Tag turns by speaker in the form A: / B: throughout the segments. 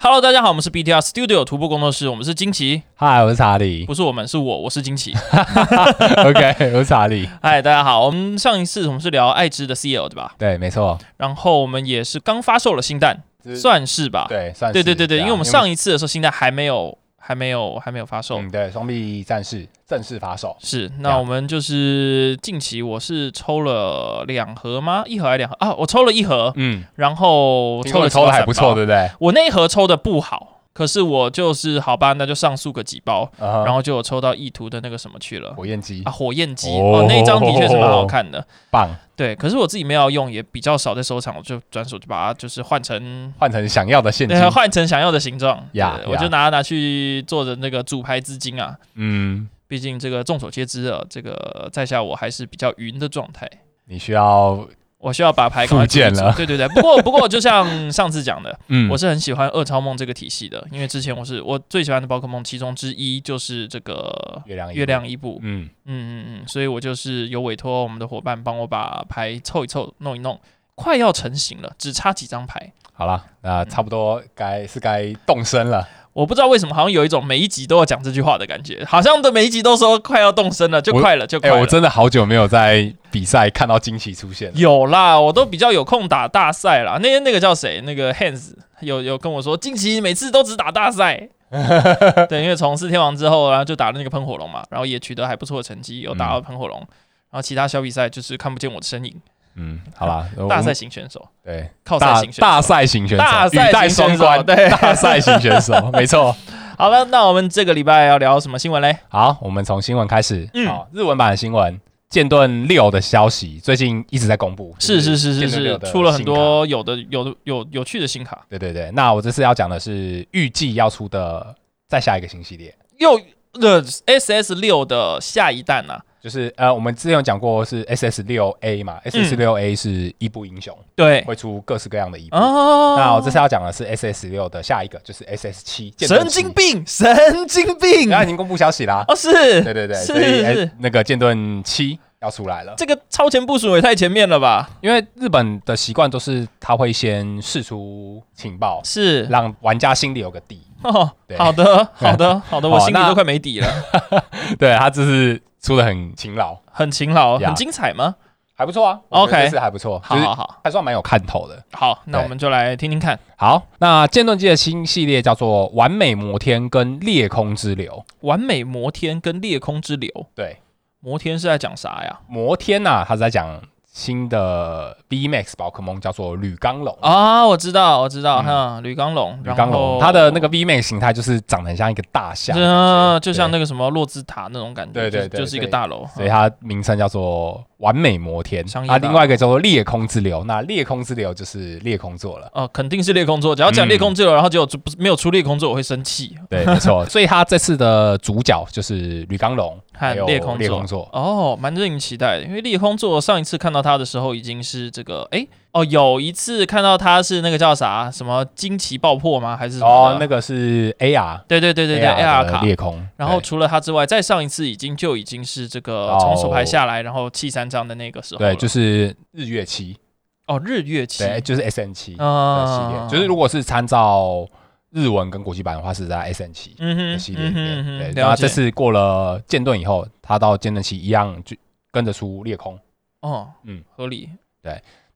A: Hello，大家好，我们是 BTR Studio 徒步工作室，我们是惊奇，
B: 嗨，我是查理。
A: 不是我们，是我，我是惊奇。
B: OK，我是查理。
A: 嗨，大家好，我们上一次我们是聊爱知的 CL 对吧？
B: 对，没错，
A: 然后我们也是刚发售了新蛋，算是吧？
B: 对，算是啊
A: 对对对对，
B: 这样
A: 因为我们上一次的时候新蛋还没有还没有还没有发售。
B: 嗯对双臂战士正式发售，
A: 是，
B: 这
A: 那
B: 样
A: 我们就是近期我是抽了两盒吗？一盒还是两盒啊？我抽了一盒，
B: 嗯，
A: 然后抽了
B: 抽的还不
A: 的。
B: 错，对不对？
A: 我那一盒抽的不好，可是我就是好吧，那就上诉个几包，然
B: 然
A: 后就有抽到意图的那个什么去了
B: 嗯火焰鸡
A: 啊，火焰鸡
B: 哦
A: 哦，那一张的确是蛮 好看的，
B: 棒，
A: 对。可是我自己没有用，也比较少在收藏，我就转手就把它就是换成。
B: 换成想要的现金
A: 对，，换成想要的形状
B: 呀
A: 对
B: 呀
A: 我就拿拿去做的那个主牌资金啊。
B: 嗯，
A: 毕竟这个众所皆知啊，这个在下我还是比较云的状态，
B: 你需要
A: 我需要把牌赶快
B: 复健
A: 出一出
B: 了
A: 对对对，不过不过就像上次讲的，
B: 嗯
A: 我是很喜欢恶超梦这个体系的，因为之前我是我最喜欢的宝可梦其中之一就是这个
B: 月亮一
A: 月亮伊布，
B: 嗯，
A: 嗯嗯嗯，所以我就是有委托我们的伙伴帮我把牌凑一凑、弄一弄，快要成型了，只差几张牌。
B: 好了，那差不多
A: 嗯
B: 该是该动身了，
A: 我不知道为什么，好像有一种每一集都要讲这句话的感觉，好像的每一集都说快要动身了，就
B: 我
A: 快了，就快
B: 哎，
A: 了。
B: 我真的好久没有在比赛看到惊喜出现了，
A: 有啦，我都比较有空打大赛啦。那天那个叫谁？那个 Hans 有有跟我说，近期每次都只打大 赛。对，因为从四天王之后，然后就打了那个喷火龙嘛，然后也取得还不错的成绩，有打到喷火龙。然后其他小比赛就是看不见我的身影，
B: 嗯，好啦，我
A: 大
B: 们
A: 赛型选手，
B: 对
A: 靠赛
B: 大
A: 型选手。
B: 大赛型选手，
A: 大赛
B: 语带
A: 型选
B: 双
A: 手
B: 关，
A: 对
B: 大赛型选手，没错。
A: 好了，那我们这个礼拜要聊什么新闻嘞？
B: 好，我们从新闻开始。
A: 嗯
B: 好，日文版的新闻，剑盾六的消息最近一直在公布。就是
A: 是是是
B: 剑盾六
A: 是，
B: 的
A: 出了很
B: 新卡。
A: 多有的有的有有趣的新卡，
B: 对对对，那我这次要讲的是预计要出的再下一个新系列，
A: 又呃 SS 六的下一弹啊，
B: 就是呃，我们之前有讲过是 SS 六 A
A: 嗯
B: 嘛，SS 六 A 是伊布英雄，
A: 对
B: 会出各式各样的伊布。
A: 哦，
B: 那我这次要讲的是 SS 六的下一个，就是 SS 七。剑盾
A: 神
B: 七
A: 经！病，神经病
B: 人家已经公布消息啦。
A: 哦，是，
B: 对对对，
A: 是
B: 所以
A: 是
B: 哎
A: 是，
B: 那个剑盾七要出来了。
A: 这个超前部署也太前面了吧？
B: 因为日本的习惯都是他会先试出情报，
A: 是，
B: 让玩家心里有个底。
A: 哦，
B: 对
A: 好的，好的，好的，我
B: 好
A: 心里
B: 那
A: 都快没底了，
B: 对他这次出的很勤劳，
A: 很勤劳，
B: 呀
A: 很精彩吗？
B: 还不错啊。
A: 哦 OK
B: 我觉得这次还不错，
A: 好
B: 就是
A: 好好
B: 还算蛮有看头的。
A: 好，那
B: 对
A: 我们就来听听看。
B: 好，那剑盾机的新系列叫做《完美摩天》跟《裂空之流》。
A: 完美摩天跟裂空之流，
B: 对，
A: 摩天是在讲啥呀？
B: 摩天呐、啊，他是在讲新的 VMAX 宝可梦叫做铝钢龙。
A: 啊，我知道，我知道，哈，铝钢龙，
B: 铝钢嗯龙，它的那个 VMAX 形态就是长得很像一个大
A: 就
B: 象的
A: 是，
B: 感觉，
A: 嗯，就像
B: 对
A: 那个什么洛兹塔那种感觉，
B: 对对
A: 就
B: 对
A: 就是一个
B: 对
A: 大楼，
B: 所以它名称叫做完美摩天
A: 商，业
B: 啊，
A: 大
B: 另外一个叫做裂空之流，那裂空之流就是裂空座了，
A: 哦，肯定是裂空座。只要讲
B: 嗯
A: 裂空座，然后结果不没有出裂空座，我会生气。
B: 对，没错， 所以它这次的主角就是吕刚龙，还
A: 和
B: 有
A: 啊裂空座
B: 裂空座，
A: 哦，蛮令人期待的，因为裂空座上一次看到他的时候已经是这个，诶，哦，有一次看到他是那个叫啥什么惊奇爆破吗？还是什么
B: 哦
A: 的？，
B: 那个是 AR，
A: 对对对对对
B: AR
A: ，AR
B: 的
A: 卡。
B: 裂空，
A: 然后
B: 对
A: 除了他之外，再上一次已经就已经是这个
B: 哦
A: 从手牌下来，然后弃三张的那个时候了。
B: 对，就是日月七，
A: 哦，日月七，
B: 对，就是 SN 七的系
A: 啊
B: 列，就是如果是参照日文跟国际版的话，是在 SN 七。
A: 嗯
B: 的
A: 哼
B: 系列里
A: 嗯哼
B: 面，
A: 嗯哼，
B: 对，然
A: 了
B: 后
A: 解。
B: 这次过了剑盾以后，他到剑盾期一样就跟着出裂空，
A: 哦，嗯
B: 嗯，
A: 合理。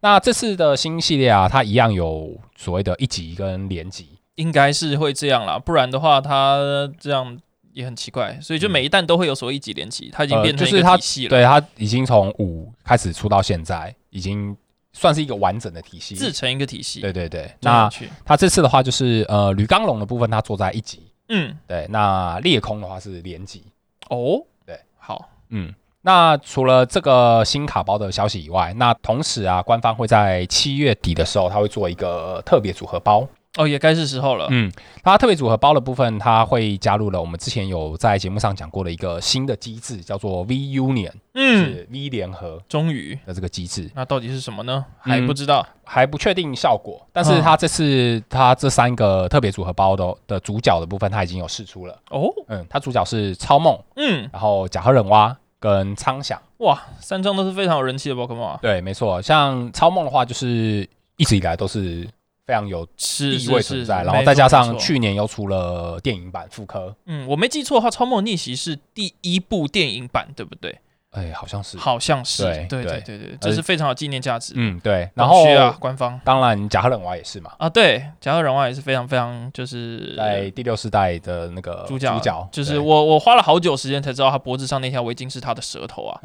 B: 那这次的新系列啊，它一样有所谓的一级跟连级，
A: 应该是会这样啦，不然的话，它这样也很奇怪。所以就
B: 嗯
A: 每一弹都会有所谓一级连级，它已经
B: 呃
A: 变成
B: 就
A: 一个
B: 是它
A: 体系了，
B: 对，它已经从五开始出到现在，已经算是一个完整的体系。
A: 自成一个体系。
B: 对对对，
A: 真有
B: 那
A: 趣
B: 它这次的话就是呃铝钢龙的部分，它坐在一级，
A: 嗯，
B: 对，那裂空的话是连级，
A: 哦，
B: 对，
A: 好，
B: 嗯。那除了这个新卡包的消息以外，那同时啊，官方会在七月底的时候，它会做一个呃特别组合包，
A: 哦，也该是时候了。
B: 嗯，它特别组合包的部分，它会加入了我们之前有在节目上讲过的一个新的机制，叫做 V Union，、
A: 嗯，
B: 是 V 联合
A: 终于，
B: 的这个机制，
A: 那到底是什么呢？
B: 嗯
A: 还不知道。
B: 还不确定效果，但是
A: 嗯
B: 它这次它这三个特别组合包的的主角的部分，它已经有试出了。
A: 哦，
B: 嗯，它主角是超梦，
A: 嗯，
B: 然后甲贺忍蛙跟苍响。
A: 哇，三张都是非常有人气的宝可梦啊。
B: 对，没错，像超梦的话，就是一直以来都是非常有
A: 是
B: 地
A: 是
B: 位
A: 是
B: 存
A: 是
B: 在。然后
A: 没
B: 再
A: 错
B: 加
A: 没
B: 上
A: 错
B: 去年又出了电影版复刻，
A: 嗯，我没记错的话，《超梦逆袭》是第一部电影版，对不对？
B: 哎、好像是。
A: 好像是，
B: 对
A: 对
B: 对
A: 对对，这是非常有纪念价值。
B: 嗯，对。
A: 广
B: 然后
A: 区啊，官方
B: 当然贾赫冷娃也是嘛，
A: 啊，对，甲贺忍望也是非常非常就是
B: 在第六世代的那个
A: 主角，
B: 主角
A: 就是
B: 对
A: 我，我花了好久时间才知道他脖子上那条围巾是他的舌头 啊！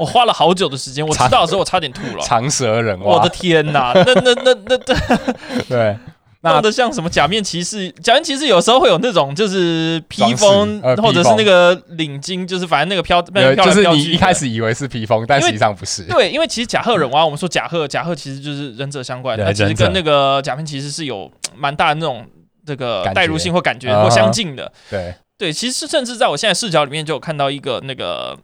A: 我花了好久的时间，我知道的时候我差点吐了。
B: 长舌人
A: 我
B: 娃。
A: 的天哪，那那那那那
B: 对，那
A: 弄得像什么假面骑士？假面骑士有时候会有那种就是披
B: 装饰
A: 风，
B: 呃披
A: 或者是
B: 风
A: 那个领巾，就是反正那个飘， 那
B: 呃
A: 个飘
B: 就
A: 来
B: 是
A: 飘
B: 你
A: 去
B: 一开
A: 的
B: 始以为是披风，但
A: 因
B: 实
A: 为
B: 际上不是。
A: 对，因为其实甲贺忍蛙，我们说甲贺，甲贺其实就是忍者相关的，
B: 对
A: 它其实
B: 忍者
A: 跟那个假面骑士是有嗯蛮大的那种这个
B: 感觉
A: 代入性或感觉
B: 啊哈
A: 或相近的。
B: 对，
A: 对，其实甚至在我现在视角里面就有看到一个那个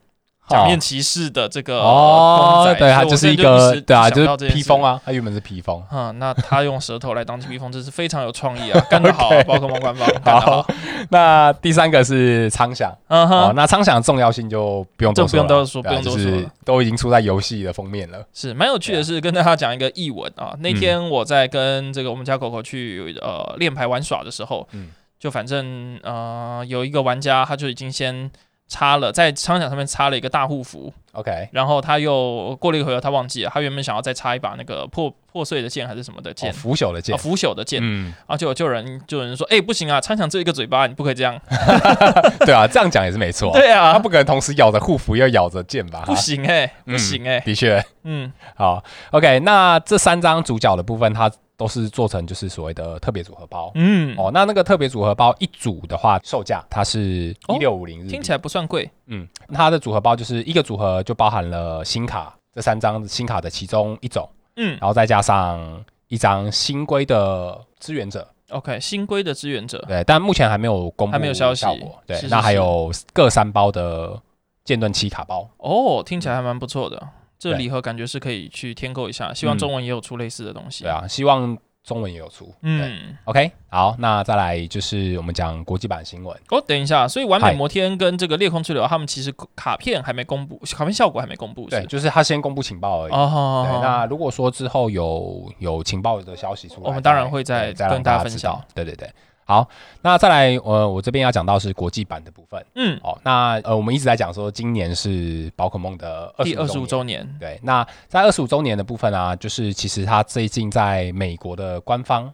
A: 假面骑士的这个公
B: 哦
A: 呃仔，，
B: 对，它
A: 所以我
B: 是一
A: 现在
B: 个
A: 时
B: 对啊，
A: 想
B: 就
A: 到
B: 是
A: 这件
B: 披
A: 事
B: 风。啊，它原本是披风。
A: 嗯，那他用舌头来当披风，真是非常有创意啊！干得好 啊，宝可梦官方干得好
B: 好。那第三个是苍响
A: 嗯
B: 哦，
A: 哼，
B: 那苍响的重要性就不用多
A: 这不
B: 说
A: 用
B: 了，
A: 多说
B: 对啊
A: 不用
B: 就
A: 多说
B: 是
A: 了
B: 都已经出在游戏的封面了。
A: 是蛮有趣的
B: 对啊嗯
A: 是，跟大家讲一个译文啊。那天我在跟这个我们家狗狗去呃练牌玩耍的时候，
B: 嗯
A: 就反正呃有一个玩家他就已经先插了在枪响上面插了一个大护符，
B: OK，
A: 然后他又过了一回合他忘记了，他原本想要再插一把那个破破碎的剑还是什么的剑
B: 哦，。腐朽的
A: 啊，
B: 剑，
A: 腐朽的剑，
B: 嗯，
A: 而且我就有人就有人说，哎、不行啊，枪响只有一个嘴巴，你不可以这样。
B: 对啊，这样讲也是没错。
A: 对
B: 他
A: 啊，
B: 不可能同时咬着护符又咬着剑吧？
A: 不行哎、
B: 嗯
A: 不行哎、
B: 的确，
A: 嗯，
B: 好，OK，那这三张主角的部分，它都是做成就是所谓的特别组合包。
A: 嗯，
B: 哦，那那个特别组合包一组的话，售价它是
A: 哦
B: 一六五零日币，
A: 听起来不算贵，
B: 嗯，它的组合包就是一个组合就包含了新卡这三张新卡的其中一种，
A: 嗯
B: 然后再加上一张新规的支援者，
A: ，OK，新规的志愿者，
B: 对，但目前还没有公布
A: 还没有消息
B: 效果，对，
A: 是
B: 那
A: 是
B: 还
A: 是
B: 有各三包的剑盾七卡包，
A: 哦，听起来还蛮不错的，这
B: 对
A: 礼盒感觉是可以去添购一下。希望
B: 嗯
A: 中文也有出类似的东西。
B: 对，啊，希望中文也有出，对
A: 嗯，
B: OK，好，那再来就是我们讲国际版新闻，
A: 哦，等一下，所以完美
B: 嗨
A: 摩天跟这个裂空之流，他们其实卡片还没公布，卡片效果还没公布，是
B: 对，就是他先公布情报而已。
A: 哦，好
B: 对，
A: 好好
B: 那如果说之后有有情报的消息出来，
A: 我们当然会再
B: 对再
A: 跟
B: 让
A: 大家
B: 家
A: 分
B: 知道
A: 享。
B: 对对对，好，那再来，呃，我这边要讲到是国际版的部分。
A: 嗯，
B: 哦，那呃，我们一直在讲说今年是宝可梦的
A: 第二十五
B: 周年。
A: 周年，
B: 对，那在二十五周年的部分啊，就是其实它最近在美国的官方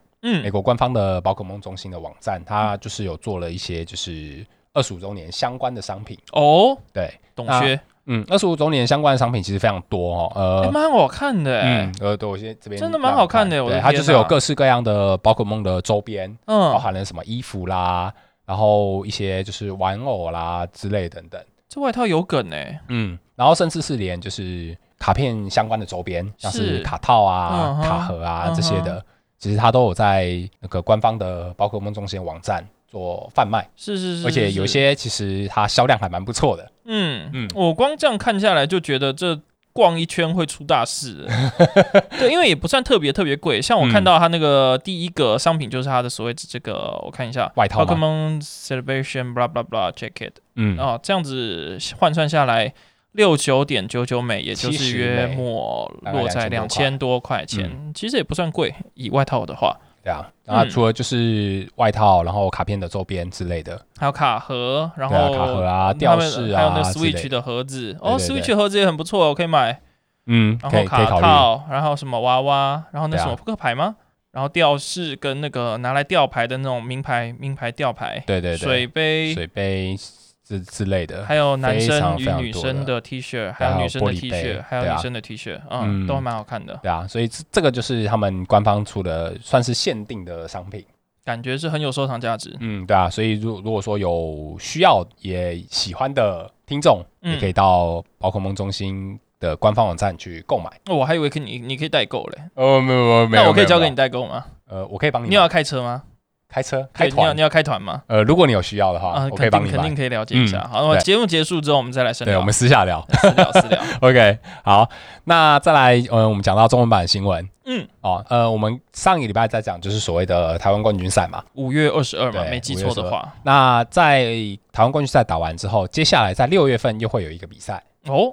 A: 嗯，
B: 美国官方的宝可梦中心的网站，它就是有做了一些就是二十五周年相关的商品。
A: 哦，
B: 对，
A: 董
B: 那
A: 薛，
B: 嗯，二十五周年相关的商品其实非常多哦，
A: 哎，
B: 呃。
A: 蛮好看的，哎
B: 嗯，呃，对，我现在这边
A: 真的蛮好看的
B: 让我
A: 我的
B: 对，它
A: 天
B: 就是有
A: 哪
B: 各式各样的宝可梦的周边，包
A: 嗯，
B: 含了什么衣服啦，然后一些就是玩偶啦之类等等，
A: 这外套有梗哎，
B: 嗯，然后甚至是连就是卡片相关的周边，像是
A: 是
B: 卡套啊
A: 嗯、哼
B: 卡盒啊
A: 嗯
B: 这些的，其实它都有在那个官方的宝可梦中心网站做贩卖，
A: 是是是，
B: 而且
A: 是
B: 有一，些其实它销量还蛮不错的，
A: 嗯嗯
B: 嗯，
A: 我光这样看下来就觉得这。逛一圈会出大事 的，对，因为也不算特别特别贵。像我看
B: 嗯
A: 到它那个第一个商品就是它的所谓这个，我看一下，
B: 外套嘛
A: Pokemon Celebration blah blah blah jacket
B: 嗯，
A: 哦，这样子换算下来六九点九九美，也就是
B: 70
A: 约
B: 美
A: 莫
B: 大概
A: 落在两千
B: 2000
A: 多块
B: 嗯
A: 钱，其实也不算贵。以外套的话，
B: 对啊，那
A: 嗯
B: 除了就是外套，然后卡片的周边之类的，
A: 还有卡盒，然
B: 对啊
A: 后
B: 卡盒啊
A: 他们
B: 吊饰啊
A: 还有那个
B: 之类的
A: Switch 的盒子，哦
B: 对对对
A: ，Switch 的盒子也很不错，我可以买。
B: 嗯，
A: 然
B: 可
A: 后
B: 以可
A: 卡
B: 以考虑。
A: 套，然后什么娃娃，然后那
B: 对啊
A: 什么扑克牌吗？然后吊饰跟那个拿来吊牌的那种名牌名牌吊牌，
B: 对对对，
A: 水杯，
B: 水杯之之类的，
A: 还有男
B: 非
A: 生
B: 常
A: 与
B: 非常
A: 女
B: 多
A: 生
B: 的
A: 的 T 恤，还
B: 对啊
A: 有
B: 还
A: 女
B: 有
A: 生的
B: 玻璃
A: T
B: 杯
A: 恤，还有
B: 对
A: 女
B: 啊
A: 生的 T 恤，嗯，
B: 嗯
A: 都还蛮好看的，
B: 对啊，所以这这个就是他们官方出的算是限定的商品，
A: 感觉是很有收藏价值。
B: 嗯，对啊，所以如如果说有需要也喜欢的听众，
A: 嗯
B: 也可以到宝可梦中心的官方网站去购买。
A: 哦我还以为可以你你可以代购嘞，
B: 哦，没有没有，
A: 那我可以交给
B: 你，
A: 你代购吗？
B: 呃，我可以帮你买，
A: 你有要开车吗？
B: 开车
A: 对你
B: 开
A: 要
B: 团
A: 你，要开团吗？
B: 呃，如果你有需要的话
A: 啊，，
B: 我可
A: 肯
B: 以帮
A: 定
B: 你
A: 肯
B: 买
A: 定。可以了解一下。
B: 嗯
A: 好，那么
B: 对
A: 节目结束之后我们再来深
B: 对，
A: 聊
B: 我，们私下 聊。
A: 私聊私 聊。
B: OK，好，那再来，呃，我们讲到中文版的新闻
A: 嗯，
B: 哦，呃，我们上一个礼拜在讲就是所谓的台湾冠军赛嘛，
A: 五月二十二嘛，
B: 对
A: 没记
B: 5
A: 错
B: 月
A: 的
B: 22
A: 话，
B: 那在台湾冠军赛打完之后，接下来在六月份又会有一个比赛，
A: 哦，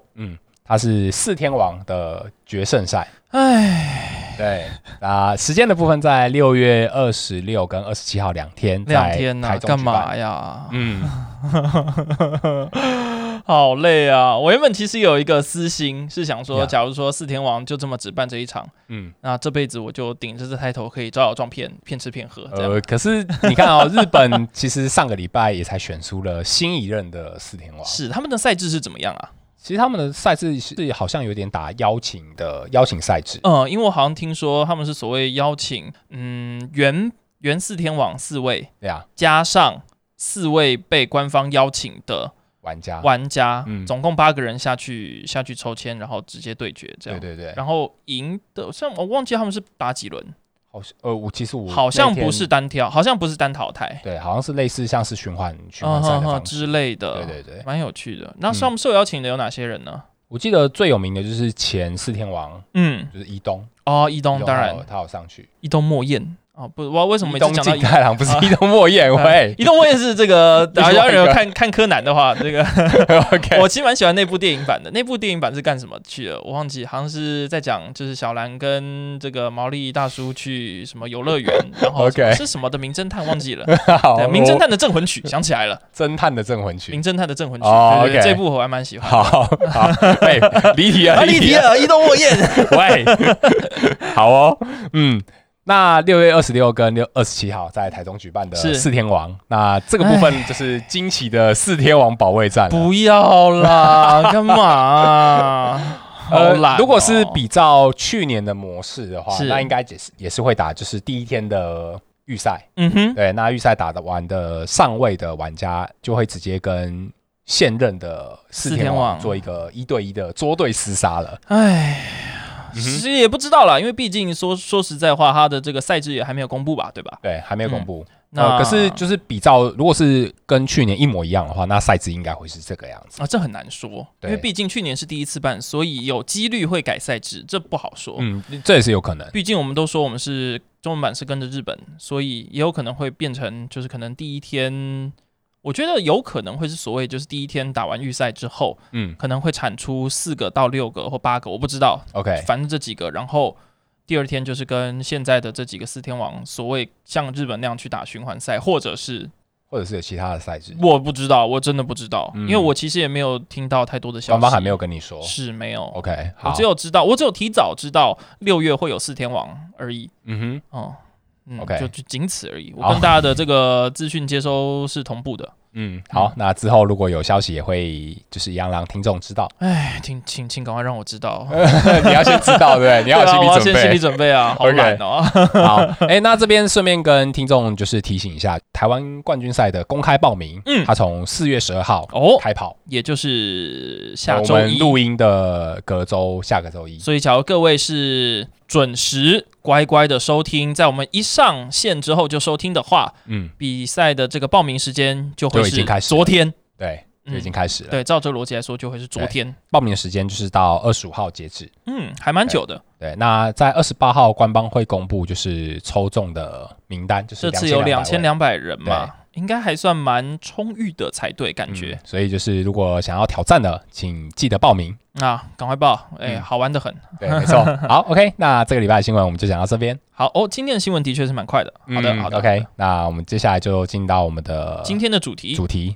B: 它是四天王的决胜赛，
A: 唉，
B: 对，啊，时间的部分在六月二十六跟二十七号两天，
A: 两天
B: 呢、
A: 呐、干嘛
B: 呀？
A: 呀？
B: 嗯，
A: 好累啊！我原本其实有一个私心，是想说，
B: Yeah
A: 假如说四天王就这么只办这一场，
B: 嗯，
A: 那这辈子我就顶着这抬头可以招摇撞骗，骗吃骗喝这样。
B: 呃，可是你看哦，日本 其实上个礼拜也才选出了新一任的四天王，
A: 是他们的赛制是怎么样啊？
B: 其实他们的赛制是好像有点打邀请的邀请赛制，
A: 嗯，因为我好像听说他们是所谓邀请，嗯，原原四天王四位
B: 对啊，
A: 加上四位被官方邀请的
B: 玩家，
A: 玩家，
B: 嗯
A: 总共八个人下去下去抽签，然后直接对决这
B: 对
A: 样。
B: 对对，
A: 然后赢的，像我忘记他们是打几轮，
B: 好像呃，我其实我
A: 好像
B: 那天
A: 不是，单挑，好像不是单淘汰，
B: 对，好像是类似像是循环循
A: 嗯
B: 环赛
A: 哼
B: 的
A: 哼
B: 方式，
A: 之类的，
B: 对对对，嗯
A: 蛮有趣的。那上受邀请的有哪些人呢？
B: 我记得最有名的就是前四天王，
A: 嗯，
B: 就是伊东，
A: 哦，伊东
B: 伊
A: 当
B: 他有
A: 然，
B: 他有上去，
A: 伊东莫彦哦，不，我为什么
B: 伊
A: 每次
B: 东
A: 讲到
B: 进
A: 伊啊
B: 太郎不是伊东莫 彦喂
A: 移动位是这 个，
B: 另
A: 大
B: 外一个
A: 家有看看柯南的话，这 个
B: ，OK，
A: 我其实蛮喜欢那部电影版的。那部电影版是干什么去了？我忘记，好像是在讲就是小兰跟这个毛利大叔去什么游乐园，然后
B: OK
A: 是什么的名侦探忘记了，
B: 好
A: 对，名侦
B: 我
A: 探的镇魂曲 想起来了，
B: 侦探的镇魂曲
A: 名，侦探的镇魂曲，
B: 哦
A: 对对对
B: OK 哎
A: 这部我还蛮喜 欢。
B: 好 好，喂，离题
A: 啊，
B: 了，
A: 立体
B: 了，
A: 了，移动卧 燕，
B: 喂， 好哦，嗯。那六月二十六跟六二十七号在台中举办的
A: 是
B: 四天王，那这个部分就是惊奇的四天王保卫战了。
A: 不要 啦，干嘛啊、好懒哦
B: 呃如果是比照去年的模式的话，
A: 是
B: 那应该也是也是会打，就是第一天的预赛。
A: 嗯哼，
B: 对，那预赛打的完的上位的玩家就会直接跟现任的四
A: 四
B: 天
A: 天王
B: 王做一个一对一的捉对厮杀了。
A: 哎。
B: 嗯哼
A: 其实也不知道啦，因为毕竟说说实在话，他的这个赛制也还没有公布吧，对吧？
B: 对，还没有公布。
A: 嗯那、
B: 呃，哦可是就是比照，如果是跟去年一模一样的话，那赛制应该会是这个样子。
A: 啊，这很难说，因
B: 对
A: 为毕竟去年是第一次办，所以有几率会改赛制，这不好说。
B: 嗯，这也是有可能。
A: 毕竟我们都说我们是中文版是跟着日本，所以也有可能会变成就是可能第一天，我觉得有可能会是所谓就是第一天打完预赛之后，
B: 嗯
A: 可能会产出四个到六个或八个，我不知道，
B: ，OK，
A: 反正这几个，然后。第二天就是跟现在的这几个四天王，所谓像日本那样去打循环赛，或者是
B: 或者是有其他的赛制，
A: 我不知道，我真的不知道，
B: 嗯
A: 因为我其实也没有听到太多的消息。
B: 官方还没有跟你说。
A: 是没有，
B: OK，
A: 我
B: 好
A: 只，有知道，我只有提早知道六月会有四天王而已。
B: 嗯哼。
A: 哦、嗯
B: OK
A: 就就仅此而已。我
B: 好
A: 跟大家的这个资讯接收是同步的。
B: 嗯，好，那之后如果有消息也会就是一样让听众知道，
A: 哎，请请请赶快让我知道，
B: 你要先知道，对不对？你
A: 对啊
B: 要有心
A: 我要
B: 理
A: 先心理
B: 准
A: 准备啊，好
B: OK
A: 懒哦。
B: 备。好，哎、那这边顺便跟听众就是提醒一下，台湾冠军赛的公开报名，
A: 嗯
B: 嗯，它从四月十二号
A: 哦，
B: 开跑，哦
A: 也就是下
B: 我
A: 周
B: 们
A: 一。
B: 录音的隔周下个周一，
A: 所以，假如各位是准时乖乖的收听，在我们一上线之后就收听的话，
B: 嗯，
A: 比赛的这个报名时间就会
B: 就已
A: 是
B: 经开始
A: 昨天。
B: 对，就
A: 嗯
B: 已经开始了。
A: 对，照这逻辑来说，就会是昨
B: 对
A: 天。
B: 报名的时间就是到二十五号截止。
A: 嗯，还蛮久的。
B: 对，那在二十八号官方会公布就是抽中的名单，就是
A: 这次有两
B: 两
A: 千两百人嘛，应该还算蛮充裕的才对，感
B: 嗯
A: 觉、，
B: 所以就是如果想要挑战的，请记得报名。
A: 啊，赶快报，哎、
B: 嗯
A: 好玩的很。
B: 对，没错。好，OK，那这个礼拜的新闻我们就讲到这边。
A: 好哦，今天的新闻的确是蛮快的。好的，
B: 嗯
A: 好的。
B: ，OK，那我们接下来就进到我们的
A: 今天的主题
B: 主题。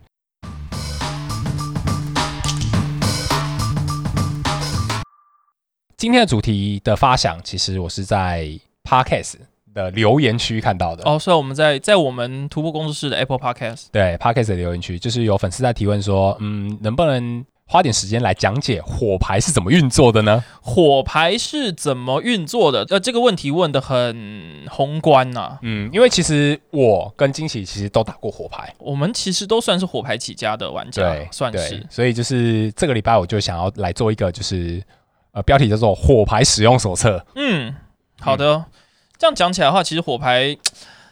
B: 今天的主题的发想，其实我是在 Podcast 的留言区看到的。
A: 哦，所以我们在在我们徒步工作室的 Apple Podcast，
B: 对 Podcast 的留言区，就是有粉丝在提问说，嗯，能不能花点时间来讲解火牌是怎么运作的呢？
A: 火牌是怎么运作的？呃，这个问题问的很宏观啊呐、
B: 嗯，因为其实我跟惊喜其实都打过火牌。
A: 我们其实都算是火牌起家的玩
B: 对
A: 家，，算
B: 对
A: 是。
B: 所以就是这个礼拜我就想要来做一个，就是呃，标题叫做《火牌使用手册》。
A: 嗯，好的。这样讲起来的话，其实火牌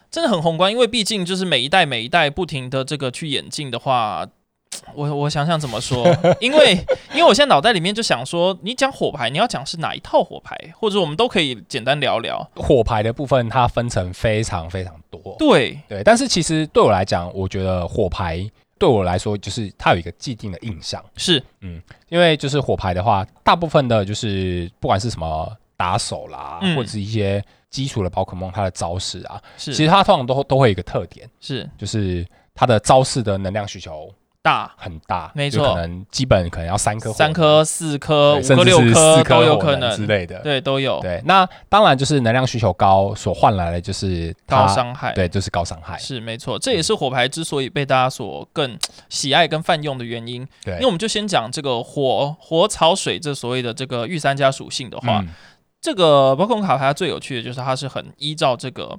A: 真的很宏观，因为毕竟就是每一代每一代不停的这个去演进的话，我我想想怎么 说，因为因为我现在脑袋里面就想说，你讲火牌，你要讲是哪一套火牌，或者我们都可以简单聊聊。
B: 火牌的部分它分成非常非常多，
A: 对，
B: 对。但是其实对我来讲，我觉得火牌对我来说就是它有一个既定的印象，
A: 是
B: 因为就是火牌的话，大部分的就是不管是什么打手啦，
A: 嗯
B: 或者是一些基础的宝可梦它的招式啊，
A: 是
B: 其实它通常都都会有一个特点，
A: 是
B: 就是它的招式的能量需求
A: 大
B: 很大，
A: 没
B: 就
A: 错
B: 可能基本可能要三颗火能、
A: 三颗、四颗、
B: 对、
A: 五
B: 甚
A: 颗、
B: 至
A: 六
B: 是
A: 颗
B: 四
A: 都有
B: 火
A: 可
B: 之
A: 能，
B: 类的。
A: 对，都有
B: 对，那当然就是能量需求高所换来的就是
A: 高
B: 它
A: 伤害。
B: 对，就是高伤害。
A: 是没错，这也是火牌之所以被大家所更喜爱跟泛用的原因。
B: 对，
A: 因为我们就先讲这个火火草水这所谓的这个御三家属性的话，
B: 嗯
A: 这个宝可梦卡牌它最有趣的就是它是很依照这个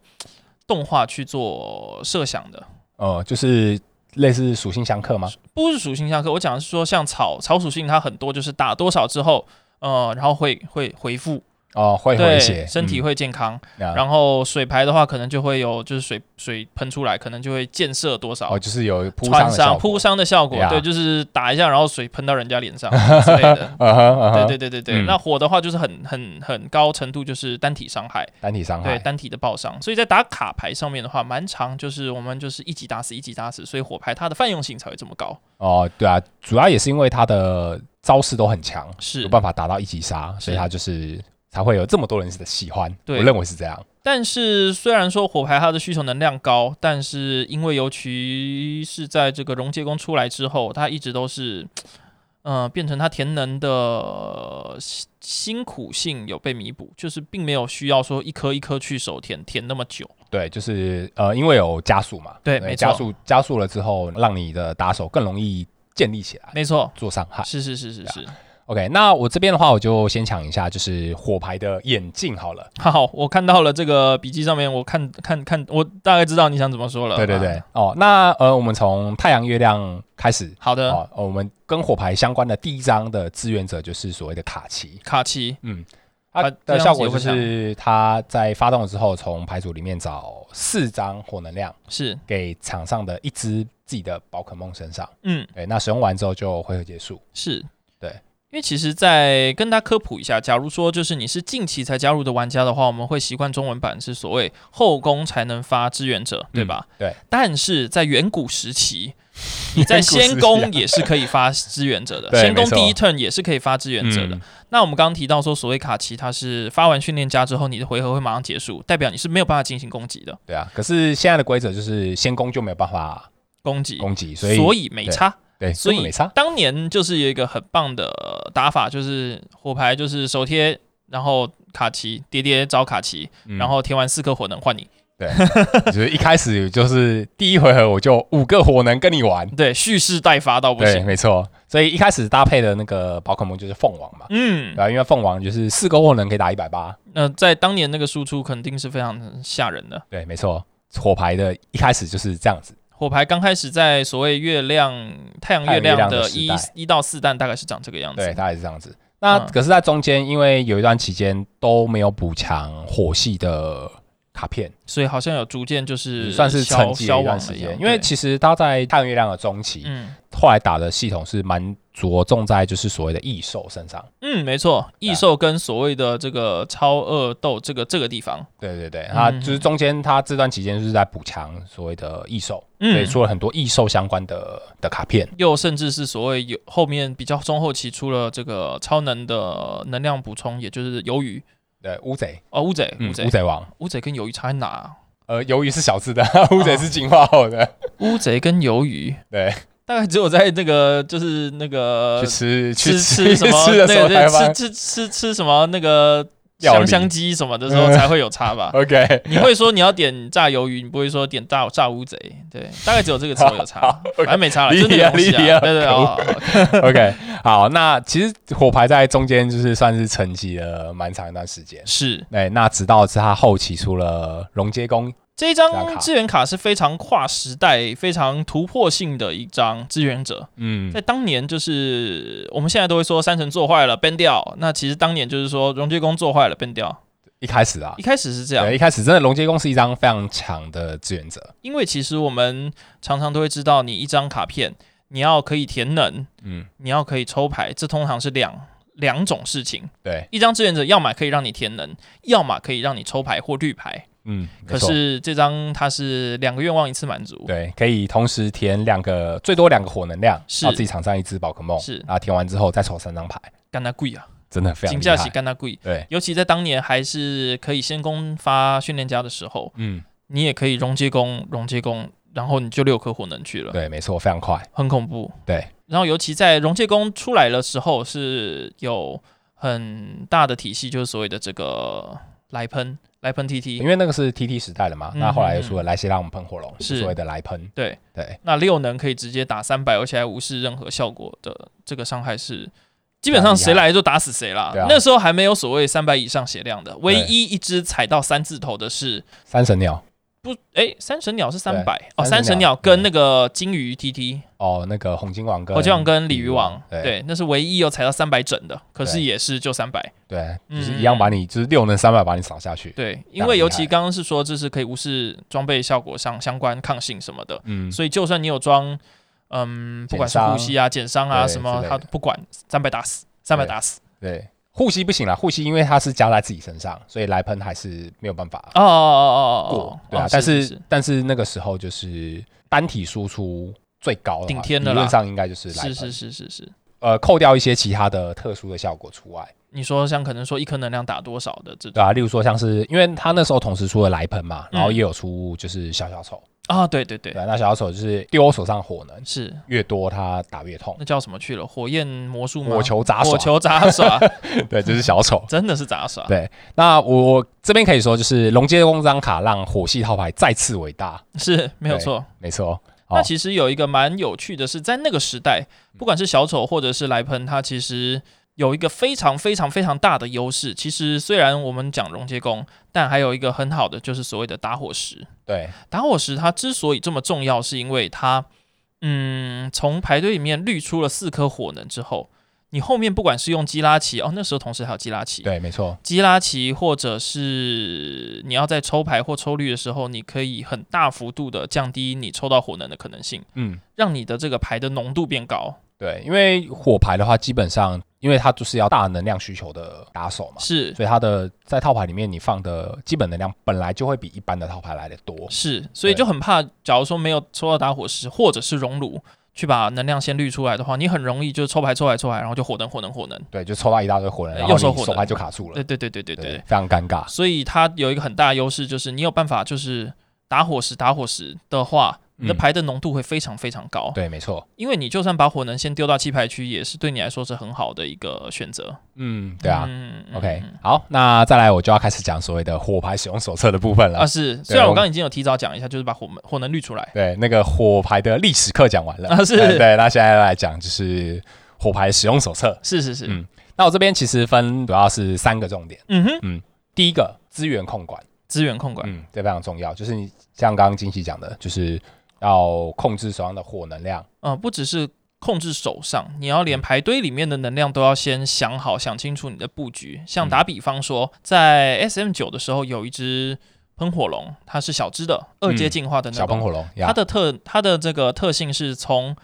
A: 动画去做设想的，
B: 呃，就是类似属性相克吗？
A: 不是属性相克。我讲的是说像草草属性，它很多就是打多少之后，呃，然后会会回复，
B: 哦，会回
A: 对，
B: 血，
A: 身体
B: 嗯
A: 会健康。
B: 那
A: 然后水牌的话，可能就会有就是水水喷出来，可能就会溅射多少。
B: 哦，就是有铺
A: 穿
B: 的
A: 伤、
B: 效
A: 扑
B: 果，
A: 伤的效果，
B: 对啊
A: 对，就是打一下，然后水喷到人家 脸上之类的。
B: 嗯哼嗯
A: 对
B: 哼，
A: 对对对对，
B: 嗯
A: 那火的话就是很很很高程度就是单体伤害，
B: 单体伤
A: 对
B: 害，
A: 单体的爆伤，所以在打卡牌上面的话，蛮长，就是我们就是一级打死一级打死，所以火牌它的泛用性才会这么高，
B: 哦，对啊，主要也是因为它的招式都很强，
A: 是
B: 有。办法达到一级杀，所以它就是才会有这么多人的喜欢，我
A: 对
B: 认为是这样。
A: 但是虽然说火牌它的需求能量高，但是因为尤其是在这个溶解工出来之后，它一直都是。呃，变成它填能的呃辛辛苦性有被弥补，就是并没有需要说一颗一颗去手填填那么久。
B: 对，就是呃，因为有加速嘛，
A: 对没错
B: 加速加速了之后，让你的打手更容易建立起来
A: 没错，
B: 做伤害。
A: 是是是是是。
B: OK，那我这边的话，我就先讲一下，就是火牌的眼镜好了。
A: 好，我看到了这个笔记上面，我看看看，我大概知道你想怎么说了。
B: 对对对
A: 啊，
B: 哦，那呃，我们从太阳、月亮开始。
A: 好的，
B: 哦，呃我们跟火牌相关的第一张的志愿者就是所谓的卡奇，
A: 卡奇
B: 嗯，
A: 啊
B: 它
A: 这
B: 的
A: 样
B: 效
A: 子
B: 果
A: 有
B: 就
A: 个
B: 是它在发动了之后，从牌组里面找四张火能量
A: 是，
B: 给场上的一只自己的宝可梦身上。
A: 嗯，
B: 对，那使用完之后就回合结束。
A: 是
B: 对，
A: 因为其实，在跟他科普一下，假如说就是你是近期才加入的玩家的话，我们会习惯中文版是所谓后宫才能发支援者，
B: 嗯
A: 对吧？
B: 对，
A: 但是在远古时 期，你在
B: 远古时期啊
A: 仙宫也是可以发支援者的，
B: 对
A: 仙宫
B: 没错
A: 第一 turn 也是可以发支援者的。
B: 嗯
A: 那我们刚刚提到说，所谓卡奇，它是发完训练家之后，你的回合会马上结束，代表你是没有办法进行攻击的，
B: 对啊，可是现在的规则就是先攻就没有办法
A: 攻击，
B: 攻击，所以
A: 所以没差。
B: 对，
A: 所
B: 根本
A: 以
B: 没差。
A: 当年就是有一个很棒的呃打法，就是火牌就是手贴，然后卡奇叠叠招卡奇，
B: 嗯
A: 然后贴完四颗火能换你，
B: 就是一开始就是第一回合我就五个火能跟你玩，
A: 对，蓄势待发到不
B: 对，
A: 行。
B: 没错。所以一开始搭配的那个宝可梦就是凤凰嘛，
A: 嗯
B: 对，啊，因为凤凰就是四个火能可以打一百八，
A: 那、在当年那个输出肯定是非常吓人的。
B: 对，没错。火牌的一开始就是这样子，
A: 火牌刚开始在所谓月亮、太阳、
B: 太阳
A: 月
B: 月亮的
A: 的
B: 时
A: 一
B: 代
A: 一到四弹大概是长这个样
B: 对，
A: 子。
B: 大概是这样子。那
A: 嗯
B: 可是，在中间因为有一段期间都没有补强火系的卡片，
A: 所以好像有逐渐就是
B: 嗯算是
A: 消
B: 沉寂了
A: 消亡
B: 一段
A: 了
B: 时
A: 一样
B: 间。因为
A: 对
B: 其实它在太阳月亮的中期，
A: 嗯
B: 后来打的系统是蛮着重在就是所谓的异兽身上。
A: 嗯，没错，
B: 啊
A: 异兽跟所谓的这个超恶斗这个这个地方，
B: 对对
A: 嗯
B: 对，它就是中间它这段期间就是在补强所谓的异兽，所以
A: 嗯，
B: 出了很多异兽相关的的卡片。
A: 又甚至是所谓有后面比较中后期出了这个超能的能量补充，也就是鱿鱼
B: 对，乌贼，
A: 哦，乌贼，
B: 嗯
A: 乌
B: 乌
A: 贼，
B: 贼王，
A: 乌贼跟鱿鱼差在哪啊？
B: 呃，鱿鱼是 小只的，
A: 哦
B: 乌贼是进化后的，
A: 乌贼跟鱿鱼
B: 对，
A: 大概只有在那个就是那个
B: 去吃去
A: 呃吃吃什么
B: 吃
A: 那
B: 的时候
A: 个
B: 才
A: 对
B: 发现
A: 吃吃吃吃什么那个
B: 料理。
A: 香香鸡什么的时候才会有差吧
B: OK
A: 你会说你要点炸鱿鱼，你不会说点炸炸乌贼，对，大概只有这个词汇有差，反正没差了，
B: 理
A: 就那
B: 解
A: 个东西
B: 理解
A: 啊，对对对
B: 可恶
A: 哦，
B: OK，好，那其实火牌在中间就是算是沉寂了蛮长一段时间。
A: 是
B: 对，那直到是它后期出了龙接工，
A: 这一
B: 这张
A: 张
B: 卡
A: 支援卡是非常跨时代、非常突破性的一张支援者，
B: 嗯
A: 在，当年就是我们现在都会说三神做坏了 ban 掉，那其实当年就是说溶解工做坏了 ban 掉，
B: 一开始啊
A: 一，开始是这样
B: 对，，一开始真的龙接工是一张非常强的志愿者，
A: 因为其实我们常常都会知道，你一张卡片你要可以填能，
B: 嗯，
A: 你要可以抽牌，这通常是两两种事情。
B: 对，
A: 一张志愿者要么可以让你填能，要么可以让你抽牌或绿牌。
B: 嗯，
A: 可
B: 没错
A: 是这张它是两个愿望一次满足，
B: 对，可以同时填两个，最多两个火能量，
A: 是
B: 到自己场上一只宝可梦，啊
A: 是
B: 然后填完之后再抽三张牌，
A: 干那贵啊！
B: 真的非常
A: 井
B: 厉
A: 下喜
B: 害。
A: 干他贵，
B: 对，
A: 尤其在当年还是可以先攻发训练家的时候，
B: 嗯，
A: 你也可以溶接攻、溶接攻，然后你就六颗火能去了，
B: 嗯对，没错，非常快。
A: 很恐怖。
B: 对，
A: 然后尤其在溶解工出来的时候，是有很大的体系，就是所谓的这个来喷来喷 TT
B: 因。为那个是 TT 时代了嘛，
A: 嗯
B: 那后来又出了莱西浪喷火龙，
A: 是
B: 所谓的莱喷。
A: 对，
B: 对，
A: 那六能可以直接打三百，而且还无视任何效果的这个伤害是，基本上谁来就打死谁啦。
B: 对啊
A: 那时候还没有所谓三百以上血量的，唯
B: 对
A: 一一只踩到三字头的是
B: 三神鸟
A: 不哎，三神鸟是三百哦，
B: 三
A: 三
B: 神
A: 神
B: 鸟
A: 鸟跟那个金鱼 TT，
B: 哦，那个红金王跟
A: 火鸡王跟鲤鱼王，
B: 对
A: 对，那是唯一有踩到三百整的，可是
B: 对
A: 也是就三百。
B: 对，
A: 嗯
B: 就是一样把你就是六能三百把你扫下去。
A: 对，
B: 非
A: 因
B: 常
A: 为
B: 厉
A: 尤
B: 害
A: 其刚刚是说这是可以无视装备效果上相关抗性什么的，
B: 嗯，
A: 所以就算你有装，嗯，不管是
B: 减伤
A: 护膝啊、减伤啊
B: 对
A: 什
B: 之
A: 么
B: 类，的
A: 他都不管，三百打死，三百
B: 对
A: 打死。
B: 对，护膝不行啦，护膝因为它是加在自己身上，所以莱喷还是没有办法
A: 哦
B: 啊
A: 哦哦哦哦
B: 过
A: 哦，，
B: 对啊
A: 哦。
B: 但
A: 是
B: 是但是那个时候就是单体输出最高的话
A: 顶天的
B: 理
A: 啦
B: 论上应该就是莱
A: 是
B: 喷，
A: 是是是是，
B: 呃，扣掉一些其他的特殊的效果除外，
A: 你说像可能说一颗能量打多少的这
B: 对
A: 种
B: 啊，例如说像是因为他那时候同时出了莱喷嘛，然后
A: 嗯
B: 也有出就是小小丑，
A: 啊，对对对
B: 对，啊，那小小丑就是丢手上火能
A: 是
B: 越多，它打越痛，嗯
A: 那叫什么去了？火焰魔术吗？
B: 火球杂
A: 火
B: 耍，
A: 球杂耍，
B: 对，就是小丑。
A: 真的是杂耍。
B: 对，那我我这边可以说，就是龙街公张卡让火系套牌再次伟大，
A: 是没有
B: 对
A: 错。
B: 没错。好
A: 那其实有一个蛮有趣的是，在那个时代，不管是小丑或者是莱喷，它其实有一个非常非常非常大的优势。其实虽然我们讲溶解工，但还有一个很好的就是所谓的打火石。
B: 对，
A: 打火石它之所以这么重要，是因为它，嗯，从排队里面滤出了四颗火能之后，你后面不管是用基拉奇，哦，那时候同时还有基拉奇，
B: 对，没错，
A: 基拉奇，或者是你要在抽牌或抽绿的时候，你可以很大幅度的降低你抽到火能的可能性，
B: 嗯，
A: 让你的这个牌的浓度变高。
B: 对，因为火牌的话，基本上因为它就是要大能量需求的打手嘛，
A: 是
B: 所以它的在套牌里面你放的基本能量本来就会比一般的套牌来的多。
A: 是，所以就很怕，假如说没有抽到打火石或者是熔炉去把能量先滤出来的话，你很容易就抽牌抽牌抽牌，然后就火能火能火能。
B: 对，就抽到一大堆火人，
A: 呃
B: 然后
A: 右手
B: 你
A: 火
B: 手
A: 能
B: 牌就卡住了
A: 对，对对对对对。
B: 非常尴尬。
A: 所以它有一个很大的优势，就是你有办法就是打火石打火石的话，你的
B: 嗯
A: 牌的浓度会非常非常高。
B: 对，没错，
A: 因为你就算把火能先丢到弃牌区，也是对你来说是很好的一个选择。
B: 嗯，对啊。
A: 嗯
B: OK，
A: 嗯
B: 好，那再来我就要开始讲所谓的火牌使用手册的部分了。
A: 啊是，虽然
B: 我
A: 我
B: 们
A: 刚刚已经有提早讲一下，就是把火门火能滤出来。
B: 对，那个火牌的历史课讲完了
A: 啊是
B: 对对，那现在来讲就是火牌使用手册。
A: 是是是，
B: 嗯
A: 嗯
B: 那我这边其实分主要是三个重点，嗯
A: 哼，
B: 第一个资源控管，
A: 资源控管，
B: 嗯，这非常重要，就是你像刚刚金喜讲的，就是要控制手上的火能量，
A: 呃，不只是控制手上，你要
B: 嗯
A: 连排堆里面的能量都要先想好、想清楚你的布局。
B: 嗯
A: 像打比方说，在 SM 九的时候，有一只喷火龙，它是小只的二阶
B: 嗯
A: 进化的那
B: 小
A: 个
B: 喷火龙呀
A: 它，的特它的这个特性是从